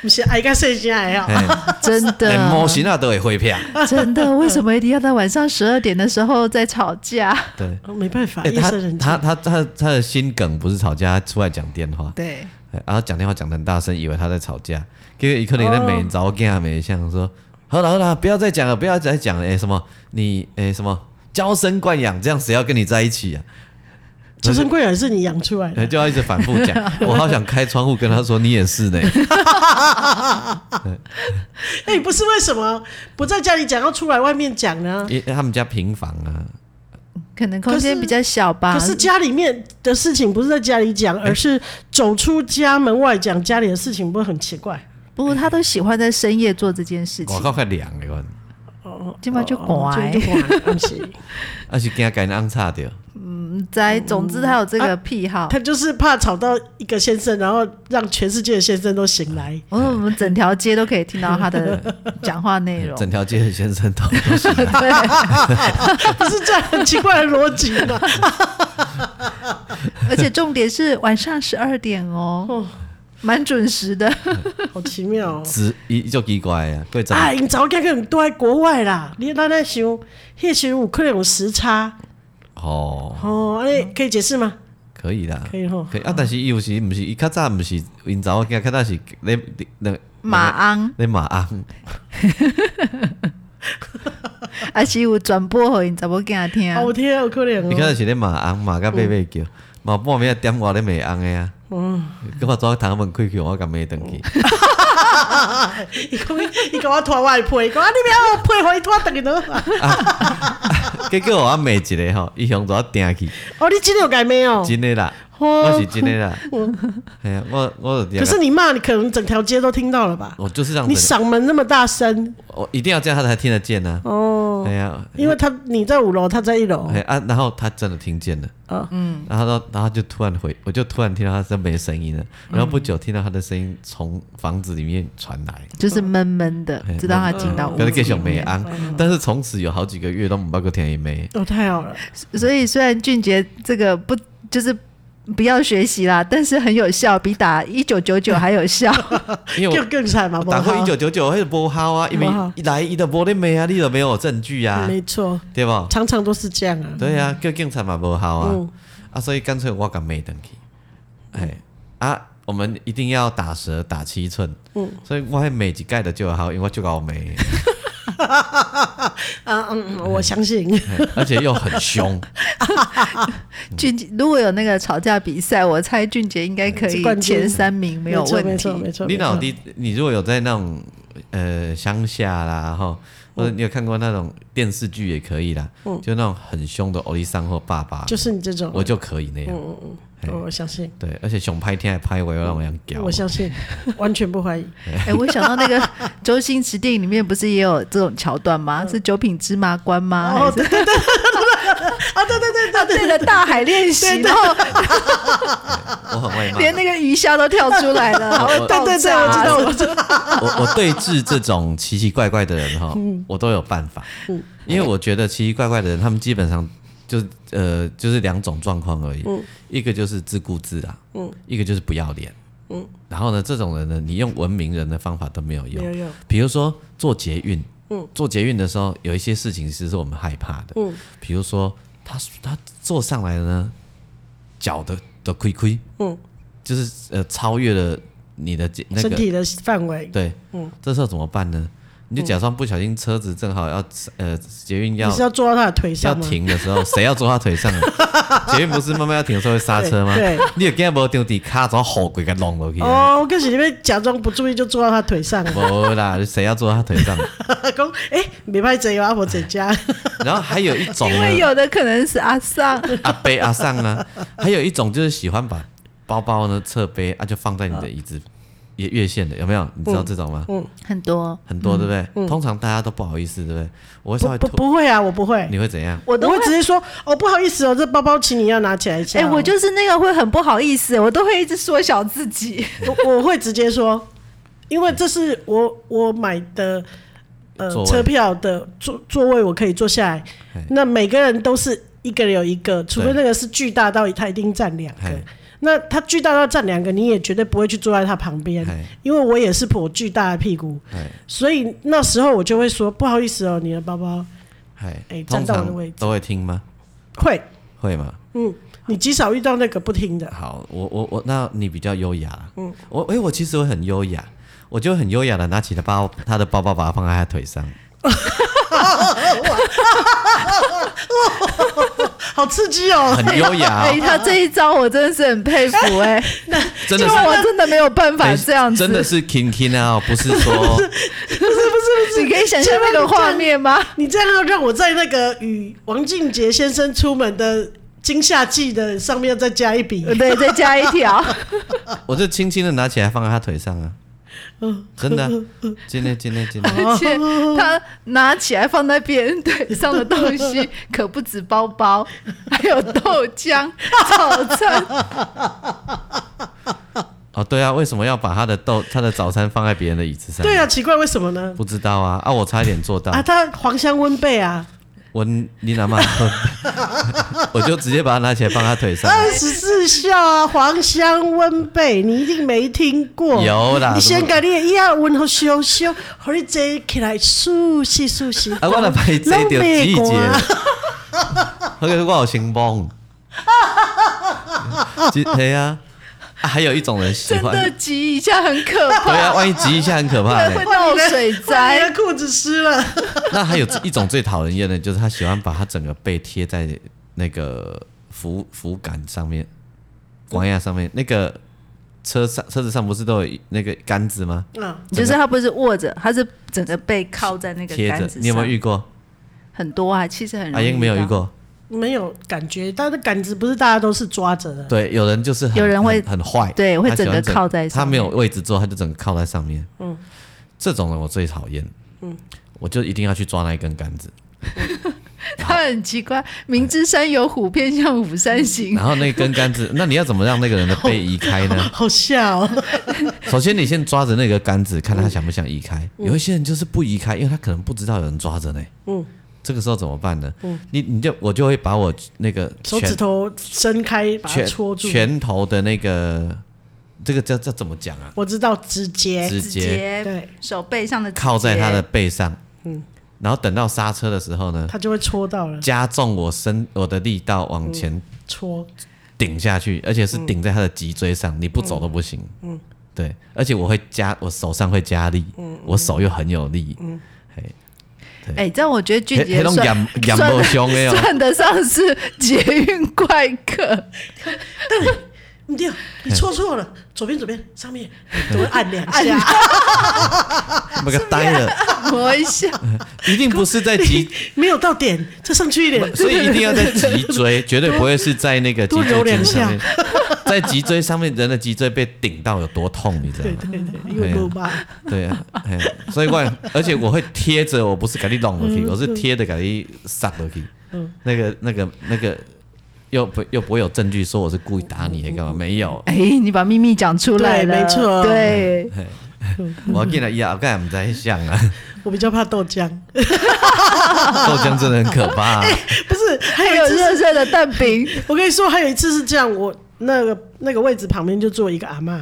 S2: 不是啊爱个细声的哦。
S1: 哎
S3: 真
S1: 连模
S3: 的
S1: 型啊都会会骗。
S3: 真的，为什么一定要在晚上十二点的时候在吵架？
S1: 对，
S2: 哦没办
S3: 欸
S2: 法，
S1: 哎
S2: 夜
S1: 他
S2: 深人静
S1: 他。他他他的新梗不是吵架，他出来讲电话，
S3: 对，
S1: 哎然后讲电话讲得很大声，以为他在吵架，结果一克林在美找干美像说，好了好了，不要再讲了，不要再讲了，哎什么你哎什么娇生惯养，这样谁要跟你在一起啊？
S2: 求生贵人是你养出来的
S3: 欸
S1: 哎，就要一直反复讲，我好想开窗户跟他说你也是呢，
S2: 哎、不是为什么不在家里讲，要出来外面讲呢？
S1: 因为他们家平房啊，
S3: 可能空
S2: 可
S3: 间
S2: 是
S3: 比较小吧
S2: 可。是家里面的事情不是在家里讲，
S3: 欸
S2: 而是走出家门外讲家里的事情，不是很奇怪？
S3: 不过他都喜欢在深夜做这件事
S1: 我
S3: 情，
S1: 靠快凉了，
S2: 哦，
S3: 今晚就乖
S2: 就乖，不是
S1: 而且啊给他改安差掉，
S3: 在总之他有这个癖好。
S2: 他就是怕吵到一个先生，然后让全世界的先生都醒来。
S1: <laughs>
S3: 我说我们整条街都可以听到他的讲话内
S1: <laughs>
S3: 容，
S1: 整条街的先生都 <laughs> 都是
S2: 不是这样很奇怪的逻辑
S1: <laughs>
S2: 吗？
S3: 而且重点是晚上十二点哦
S2: 哦，
S3: 蛮准时的。
S2: 好奇妙哦！
S1: 直一就奇怪啊，贵长
S2: 啊，因早该可能都在国外啦，你咱在想，迄时有可能有时差
S1: 哦。
S2: 哦，哎，可以解释吗？
S1: 可以啦，
S2: 可以吼
S1: 可以啊，但是伊有时毋是，伊较早毋是，因查某囝较早是咧咧
S3: 马鞍，
S1: 咧马鞍，
S3: 而且啊有转播给你查某囝听，
S1: 啊
S2: 好听，有可能
S1: 伊
S2: <laughs>
S1: 较
S2: 哦。
S1: 早是咧马鞍，马甲爬爬叫，嘛半暝啊点我咧骂翁诶啊，佮我早头门开去，我甲骂转去，
S2: 伊讲伊甲我拖我的配，伊讲啊你要我配，互伊拖等去倒。
S1: <laughs> 结果我骂一个吼，伊向我定去，
S2: 哦，你真的有改名哦？哦
S1: 真诶啦，我
S3: 我
S1: 是真的
S2: <laughs>
S1: 啦，哎呀，我我
S2: 可是你骂，你可能整条街都听到了吧？
S1: 我哦就是这样
S2: 你
S1: 子，
S2: 嗓门那么大声
S1: 我一定要这样他才听得见呢。
S2: 哦，
S1: 哎呀，
S2: 因为他你在五楼，他在一楼，
S1: 哎啊，然后他真的听见了，
S2: 哦
S1: 嗯，然后他然后他就突然回，我就突然听到他身边的声音了，
S2: 嗯
S1: 然后不久听到他的声音从房子里面传来，
S3: 就是闷闷的
S1: 哎，
S3: 直到他进到
S1: 可
S3: 屋
S1: 是
S3: 子
S1: 给小
S3: 里
S1: 梅
S3: 面。
S1: 安，
S2: 嗯
S1: 但是从此有好几个月都没包过听也没，
S2: 哦，太好了，
S3: 所以虽然俊杰这个不就是不要学习啦，但是很有效，比打一九九九还有效。
S1: 因为
S2: 更
S1: 我。
S2: 更惨嘛，
S1: 我打过一九九九，还是不好啊，因为
S2: 不好
S1: 一来伊都无咧骂啊，你都没有证据
S2: 不好
S1: 啊，
S2: 没错，
S1: 对不？
S2: 常常都是这样啊，
S1: 对啊，叫警察嘛无效啊，
S2: 嗯
S1: 啊，所以干脆我甲妹登去，哎、啊，我们一定要打折打七寸，嗯，所以我迄每一届的就好，因为我就搞妹，
S2: 啊嗯，嗯我相信，
S1: 嘿而且又很
S2: <laughs>
S1: 凶，
S3: 俊杰如果有那个吵架比赛，我猜俊杰应该可
S2: 是
S3: 以
S2: 冠军
S3: 前三名 <laughs> 没有
S2: 错
S3: 问
S2: 没
S3: 题
S2: 错。没错，
S1: 你
S2: 没错
S1: 老弟，你如果有在那种呃乡下啦，吼，或者
S2: 嗯
S1: 你有看过那种电视剧也可以啦，就那种很凶的欧丽桑或爸爸，
S2: 就是你这种，
S1: 啊我就可以那样，
S2: 哦我相信，
S1: 对，而且熊拍天还拍我，又让我样屌，
S2: 我相信，
S3: <laughs>
S2: 完全不怀疑，
S3: 哎、我想到那个周星驰电影里面不是也有这种桥段吗？是九品芝麻官吗？
S2: 哦
S3: 还是
S2: 啊，对对对对对
S3: 对着大海练习，然后
S1: 我很会骂。
S3: 连那个鱼虾都跳出来了，然后
S2: 对对对，我知道，我知道，
S1: 我我对峙这种奇奇怪怪的人哈，
S2: 嗯
S1: 我都有办法，因为我觉得奇奇怪怪的人，他们基本上就是呃就是两种状况而已，
S2: 嗯
S1: 一个就是自顾自啊，一个就是不要脸，
S2: 嗯
S1: 然后呢，这种人呢，你用文明人的方法都没有用
S2: 没有，嗯用
S1: 比如说做捷运，做捷运的时候有一些事情其实是我们害怕的，
S2: 嗯
S1: 比如说他他坐上来了呢，脚的的亏亏，
S2: 嗯
S1: 就是呃超越了你的捷那
S2: 身
S1: 个
S2: 体的范围，
S1: 对，
S2: 嗯
S1: 这时候怎么办呢？你就假装不小心车子正好要呃捷运要
S2: 你是要坐到他的腿
S1: 要
S2: 上吗？
S1: 停的时候，谁要坐他
S2: <laughs>
S1: 腿上啊？捷运不是慢慢要停的时候会刹车吗？
S2: 对对
S1: 你有跟无丢底卡，然后后鬼给弄落去。啊
S2: 哦，可是你们假装不注意就坐到他腿
S1: <laughs>
S2: 上了，
S1: 无啦，谁要坐他腿
S2: <laughs>
S1: 上？
S2: 讲哎，没拍贼啊，我怎家？
S1: 然后还有一种
S3: 因
S1: 呢
S3: 为，有的可能是阿桑，
S1: 阿背阿上啊，还有一种就是喜欢把包包呢侧背啊，就放在你的椅子也越线的，有没有？你知道这种吗？
S2: 嗯
S3: 很多
S1: 很多对不对？通常大家都不好意思，对不对？我会稍
S2: 不
S1: 微
S2: 不
S1: 吐，
S2: 不会啊，我不会，
S1: 你会怎样？
S3: 我
S2: 我
S3: 都
S2: 会
S3: 会
S2: 直接说哦，不好意思哦，这包包请你要拿起来一下
S3: 哎、
S2: 哦。
S3: 我就是那个会很不好意思，我都会一直缩小自己。
S2: 我我会直接说，因为这是我我买的
S1: 座
S2: 呃
S1: 位
S2: 车票的座座位，我可以坐下来
S1: 嘿。
S2: 那每个人都是一个人有一个，除非那个是巨大到他一定占两个
S1: 嘿。
S2: 那他巨大到占两个，你也绝对不会去坐在他旁边
S1: 嘿，
S2: 因为我也是颇巨大的屁股，
S1: 哎
S2: 所以那时候我就会说不好意思哦，你的包包
S1: 哎
S2: 哎
S1: 通
S2: 站到我
S1: 常
S2: 的位置
S1: 都会听吗？
S2: 会，
S1: 会吗？
S2: 嗯，你极少遇到那个不听的，
S1: 好，我我我，那你比较优雅。嗯，我哎、我其实我很优雅，我就很优雅的拿起了包，他的包包把它放在他腿上。
S2: 好刺激哦，
S1: 很优雅
S3: <laughs> 哎、他这一招我真的是很佩服哎、
S1: <laughs> 真
S3: 因
S1: 的
S3: 为
S1: 是
S3: 我真的没有办法
S1: 等一
S3: 这样子，
S1: 真的是 king king 啊，不是
S2: <laughs>
S1: 说
S3: 你可以想象那个画面吗？
S2: 你这样要让我在那个与王俊杰先生出门的惊吓季的上面再加一笔，
S3: 对，再加一
S1: <laughs>
S3: 条，
S1: 我就轻轻的拿起来放在他腿上啊。
S2: 哦
S1: 嗯，真的啊，今天今天
S2: <laughs>
S1: 今天，
S3: 而且他拿起来放在别人腿上的东
S1: <laughs>
S3: 西，可不止包包，还有豆浆、早餐。
S1: 哦，对啊，为什么要把他的豆他的早餐放在别人的椅子上？
S2: 对啊，奇怪为什么呢？
S1: 不知道啊啊，我差一点做到
S2: 啊，。他黄香温被啊，
S1: 我你拿嘛， <laughs> 我就直接把它拿起来放在他腿上。啊
S2: 二十四孝啊，黄香温被，你一定没听过。
S1: 有啦
S2: 你先改你的伊啊，温和修修，和你坐起来舒适舒适。
S1: 啊，我若
S3: <laughs>
S1: 拍 <laughs> 这条季
S2: 拢
S1: 节
S3: 啊
S2: 袂寒，
S1: <laughs> 我跟我有兴帮。 <laughs> 即对啊，啊还有一种人 <laughs> 喜
S3: 真
S1: 欢，
S3: 的
S1: 对
S3: 急一下很可怕，
S1: 啊，万一急一下很可怕
S3: 会
S1: 的。
S3: 闹水
S2: 哇你
S3: 灾。
S2: 的裤子湿了，
S1: <laughs> 那还有一种最讨人厌的，就是他喜欢把他整个背贴在那个扶扶杆上面、管呀上面。那个车上车子上不是都有一那个杆子吗？
S2: 啊，
S3: 就是他不是握着，他是整个背靠在那个
S1: 贴
S3: 杆
S1: 着
S3: 子，上。
S1: 你有没有遇过？
S3: 很多啊？其实很容易
S1: 阿英没有遇
S3: 遇到，
S1: 过，
S2: 没有感觉，但是杆子不是大家都是抓着的，
S1: 对，有人就是很
S3: 有人会
S1: 很很坏，
S3: 对会
S1: 他喜欢
S3: 整个靠在上
S1: 他
S3: 面
S1: 没有位置坐，他就整个靠在上面。嗯，这种人我最讨厌。嗯，我就一定要去抓那一根杆子，
S3: 他很奇怪，明知山有虎，偏向虎山行。
S1: 然后那根杆子，那你要怎么让那个人的背移开
S2: <laughs>
S1: 呢？
S2: 好笑、哦。
S1: 首先，你先抓着那个杆子，看他想不想移开。有一些人就是不移开，因为他可能不知道有人抓着呢。
S2: 嗯，
S1: 这个时候怎么办呢？你你就我就会把我那个
S2: 手指
S1: 拳
S2: 头伸开把它
S1: 拳
S2: 戳住，
S1: 拳头的那个这个叫叫怎么讲啊？
S2: 我知道直接
S1: 直
S3: 指
S1: 接
S3: 节
S2: 对，
S3: 手背上的指节
S1: 靠在他的背上。
S2: 嗯
S1: 然后等到刹车的时候呢，
S2: 它就会戳到了，
S1: 加重我身我的力道往前
S2: 嗯戳
S1: 顶下去，而且
S2: 嗯
S1: 是顶在他的脊椎上，你不走都不行。嗯，对，而且我会加我手上会加力，
S2: 嗯
S1: 我手又很有力。嗯，嘿，
S3: 哎，这样我觉得俊杰
S1: 那种
S3: 算
S1: 养养不凶的哦。
S3: 算得上是捷运怪客。
S2: 你掉，你戳错了，左边左边上
S1: <laughs>
S2: 面多按两下，
S1: 那个呆
S2: 啊
S1: 了，
S3: 磨一下，
S1: 一定不是
S2: <laughs>
S1: 在脊，
S2: 没有到点，再上去一点，
S1: 所以一定要在脊椎，绝对不会是在那个脊
S2: 多揉
S1: 椎
S2: 两
S1: 筋上面，在脊椎上面，人的脊椎被顶到有多痛，你知
S2: <laughs>
S1: 道
S2: 对
S1: 吗？
S2: 对对，因
S1: 哎
S2: 为不吧，
S1: 对啊，嘿所以我也而且我会贴着，我不是给你弄过
S2: 嗯
S1: 去，我是贴着给你撒过去。那个、那个、那个，又不又不会有证据说我是故意打你的，
S2: 嗯
S1: 干嘛？没有。
S3: 哎，你把秘密讲出来了，
S2: 对没错
S3: 对，
S2: 嗯
S1: 我进来一下，我刚才在想啊，
S2: 我比较怕豆浆， <laughs>
S1: 豆浆真的很可怕、啊。
S2: 不是，还
S3: 还
S2: 有
S3: 有
S2: 一次
S3: 热热的蛋饼，
S2: <laughs> 我跟你说，还有一次是这样，我那个那个位置旁边就坐一个阿嬷，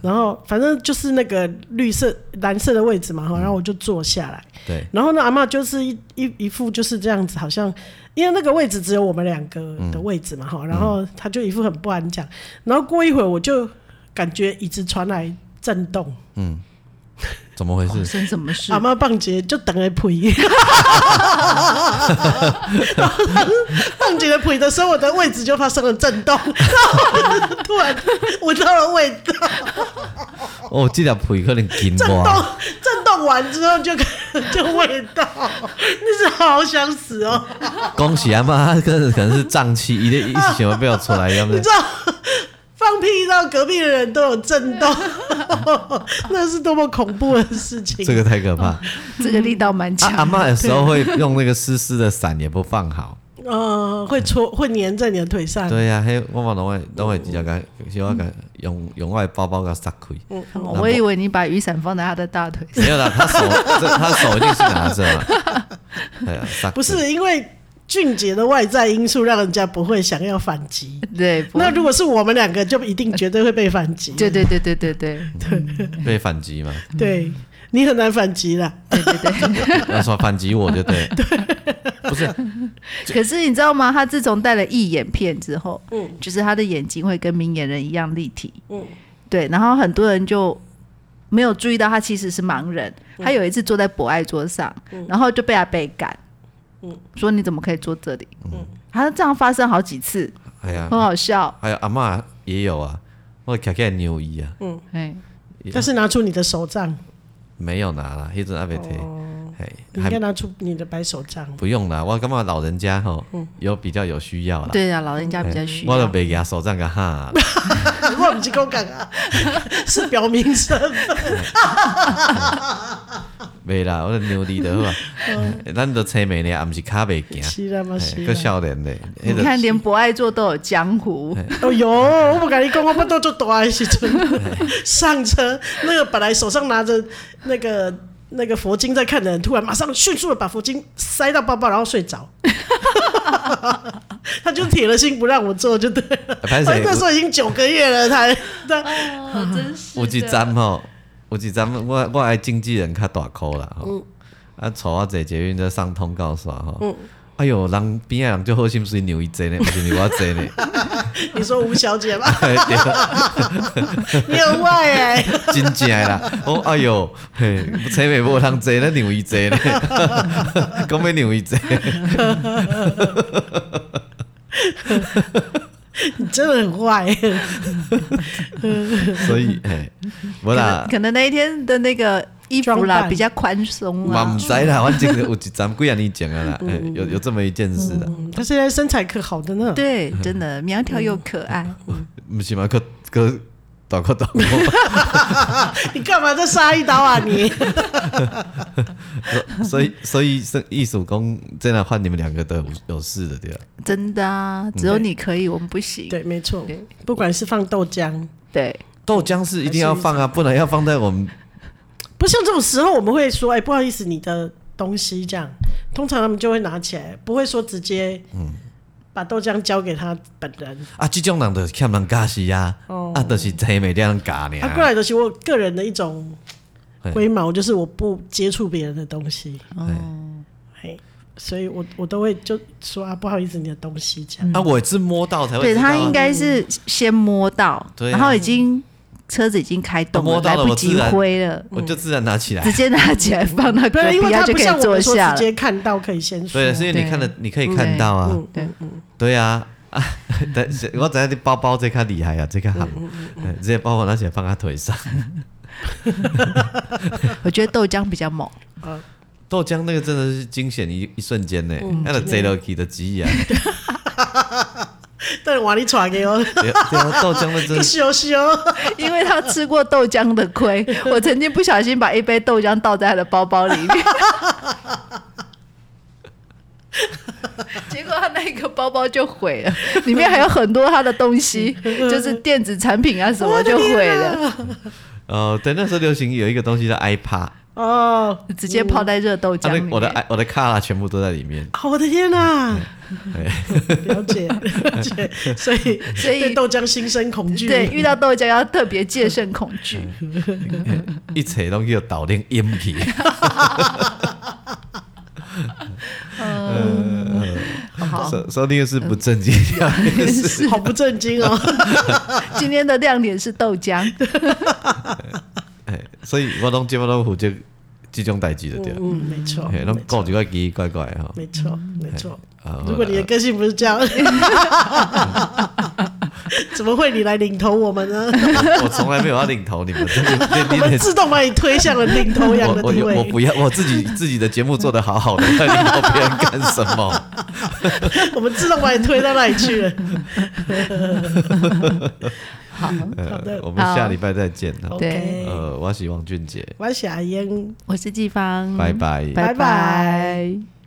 S2: 然后反正就是那个绿色蓝色的位置嘛，哈，然后我就坐下来，
S1: 对，
S2: 然后呢，阿嬷就是一一一副就是这样子，好像因为那个位置只有我们两个的位置嘛，哈、然后她就一副很不安这样，然后过一会儿我就感觉椅子传来震动，
S1: 怎么回事？
S3: 生什么事
S2: 阿？嬷棒姐就 <laughs> 等来陪。棒姐的陪的时候，我的位置就发生了震动， <laughs> 然后突然闻到了味道，
S1: 哦，这条腿可能紧
S2: 震动
S1: 我。
S2: 震动完之后就 <laughs> 就味道，那是好想死哦！
S1: 恭喜阿妈，她可能可能是胀气，一定一直想要被我出来，要不
S2: 你 <laughs>
S1: 然
S2: 知道放屁到隔壁的人都有震动， <laughs> 那是多么恐怖的事情。
S1: 这个太可怕。
S2: 嗯
S1: 啊
S3: 这个力道蛮
S1: 阿
S3: 强。
S1: 妈有时候会用那个湿湿的伞也不放好。
S2: 呃，会戳会粘在你的腿上，
S1: <laughs> 对呀、啊，嘿，我嘛拢会拢会直接甲小我甲用用我的包包甲塞开。
S3: 哦我以为你把雨伞放在他的大腿上，
S1: 没有啦，他手这他手一定是拿着嘛。哎呀，塞开
S2: 不是因为俊杰的外在因素让人家不会想要反击。
S3: 对，不
S2: 那如果是我们两个，就一定绝对会被反击。
S3: 对对对对对对
S1: 被反击嘛？
S2: 对你很难反击啦。
S3: 对对对。
S1: 要说反击我就对，不是
S3: 可是你知道吗？他自从戴了义眼片之后，嗯，就是他的眼睛会跟明眼人一样立体，嗯，对。然后很多人就没有注意到他其实是盲人。他有一次坐在博爱桌上，然后就被他被赶，嗯，说你怎么可以坐这里？嗯，他这样发生好几次，
S1: 哎呀
S3: 很，好笑。
S1: 还有阿嬷也有啊，我卡起来牛衣啊，
S3: 哎，
S2: 但是拿出你的手杖，
S1: 没有拿啦，迄阵阿袂摕，
S2: 你
S1: 嘿，
S3: 嗯
S2: 应
S1: 还
S2: 该拿出你的白手杖。 <laughs>
S1: 不用啦，我感觉老人家吼有比较有需要啦。
S3: 对啊，老人家
S1: 嘿，
S3: 比较需
S1: 嗯我就
S3: 要。
S1: 袂举手杖甲哈，
S2: 我不是公感啊， <laughs> 是表明身份。
S1: 袂啦，我就牛力的好啊。咱都青梅呢，毋是骹袂行。
S2: 是
S3: 哎
S2: 啦嘛是啊
S1: 嘿
S2: 啦
S1: 个。少年嘞，
S3: 你
S1: 迄个
S3: 看，连博爱座都有江湖，
S2: 哦哟，我不跟你讲，我不都就大的时阵上车，那个本来手上拿着那个那个佛经在看的人，突然马上迅速的把佛经塞到包包，然后睡着。 <laughs> 他就铁了心不让我坐，就对了。
S1: 拍
S2: 他
S1: 谁
S2: 那时候已经九个月了，他他
S3: 哦，真是
S1: 有一
S2: 啊
S1: 站吼，有一站我我的经纪人较大箍啦
S2: 嗯
S1: 吼，啊，带我坐捷运在上通告线吼。哎哟，人边仔人就好心水让伊坐呢，毋是让我坐呢。 <laughs>
S2: 你说吴小姐吧，
S1: 嘿对啊
S2: 你很坏哎、
S1: 真正的啦！我哎哟，嘿，车尾无通坐，咱让伊坐呢。 <laughs> 讲要让伊坐，
S2: 你真的很坏、
S1: 所以嘿，无
S3: 可
S1: 啦
S3: 能，可能那一天的那个衣服
S2: 装
S3: 啦
S2: 扮
S3: 比较宽
S2: 嗯
S3: 松
S1: 嘛
S3: 啊
S1: 唔。知啦，反正有一站几啊年前啊啦，哎有有这么一件事啦，
S2: 嗯他现在身材可好的呢。
S3: 对，
S1: 嗯
S3: 真的苗条又可爱。
S1: 唔是嘛？可可大可大可，
S2: 你干嘛再杀一刀啊你？
S3: <laughs>
S1: 所以所以是艺术工真的换你们两个的有有事的对吧？
S3: 真的啊，只有你可以，我们不
S2: 嗯
S3: 行。
S2: 对，没错
S3: 对，
S2: 不管是放豆浆，
S3: 对，
S1: 豆浆是一定要放啊，不然要放在我
S3: <laughs>
S1: 们
S2: 不像这种时候我们会说，哎、不好意思，你的东西这样，通常他们就会拿起来，不会说直接把豆浆交给他本人。
S1: 啊，这种人就是欠人家是啊，
S3: 哦
S1: 啊，就是真没这样家呢。
S2: 啊，过来的是我个人的一种
S1: 嘿
S2: 龟毛，就是我不接触别人的东西，
S3: 哦，
S2: 嘿，所以我我都会就说啊，不好意思，你的东西这样。
S1: 啊，我也是摸到才
S3: 嗯
S1: 会
S3: 对
S1: 知道啊。
S3: 他应该是先摸到，
S1: 对啊
S3: 然后已经车子已经开动
S1: 摸到
S3: 来
S1: 了
S3: 不
S1: 我
S3: 及
S1: 自然
S3: 挥了，
S2: 哎
S1: 我就自然拿起来
S3: 直。接拿起来放到
S2: 不
S3: 隔
S2: 是，
S3: 壁，
S2: 啊因为他
S3: 就
S2: 不
S3: 可以
S2: 像我
S3: 坐
S2: 们说
S3: 下
S2: 直接
S3: 了。
S2: 看到可以先说，
S1: 对，是因为你看的，你可以看到啊。
S2: 嗯
S3: 对
S1: 对啊， <laughs> 啊，
S3: <laughs>
S1: 但是我知道你包包这较厉害啊，这较
S3: 嗯
S1: 好，哎这个包包拿起来放他腿上。 <laughs>
S2: 嗯
S3: 我觉得豆浆比较猛，
S2: 哦
S1: 豆浆那个真的是惊险一一瞬间呢，
S3: 嗯
S1: 那个贼了起的急啊！
S3: <laughs>
S2: 但是瓦力传给我，哦
S1: 对啊对啊，豆浆 <laughs> 的真
S2: <laughs> 个
S1: 的是
S2: 羞羞，
S3: 因为他吃过豆浆的亏。我曾经不小心把一杯豆浆倒在他的包包里面，结果他那个包包就毁了，里面还有很多他的东西，就是电子产品啊什么就毁了，
S1: 哦，对，那时候流行有一个东西叫
S2: <laughs>
S1: iPad，
S2: 哦，
S3: 直接泡在热豆
S1: 它
S3: 浆里
S1: 那
S3: 面。
S1: 啊我的 i 我的卡拉全部都在里
S2: <laughs>
S1: 面。
S2: 啊我的天哪、
S1: 哎
S2: 了
S1: <laughs>
S2: 解了解，所以
S3: 所以
S2: 对豆浆心生恐惧，
S3: 对，遇到豆浆要特别戒慎恐惧。
S1: 嗯一切拢叫导电阴
S2: <laughs>
S1: 气。
S3: 好，
S1: 说说那个是不正经，
S2: 嗯 <laughs>
S3: 是
S2: 好不正经哦。
S3: 今天的亮点是豆浆。
S1: <laughs> 哎，所以我拢基本拢负责这种代志的 <laughs> 对了，
S2: 嗯，没错，
S1: 哎，拢
S2: 没
S1: 讲
S2: 错，
S1: 一个奇奇怪怪的哈。
S2: 没错，没错。
S1: 啊
S2: 如果你的个性不是这
S1: <laughs>
S2: 样， <laughs> 怎么会你来领头我们
S1: <laughs>
S2: 呢？
S1: 我从来没有要领头，你们真的
S2: 我
S1: 你
S2: 们
S1: 们
S2: 自动把你推向了领 <laughs> 头羊
S1: 我
S2: 的
S1: 我
S2: 地
S1: 有我
S2: 位。
S1: 不要，我自己自己的节目做得好好的，要领导别人干什么？
S2: <laughs> 我们自动把你推到那里去
S1: <laughs>
S2: 了。
S3: 好，
S2: 好
S1: 呃
S2: 的，
S1: 我们下礼拜再见啊。
S3: 对
S2: OK，
S1: 呃，我是王俊杰，
S2: 我是阿英。嗯
S3: 我是季芳，
S1: 拜拜。
S2: 拜
S3: 拜
S2: 拜
S3: 拜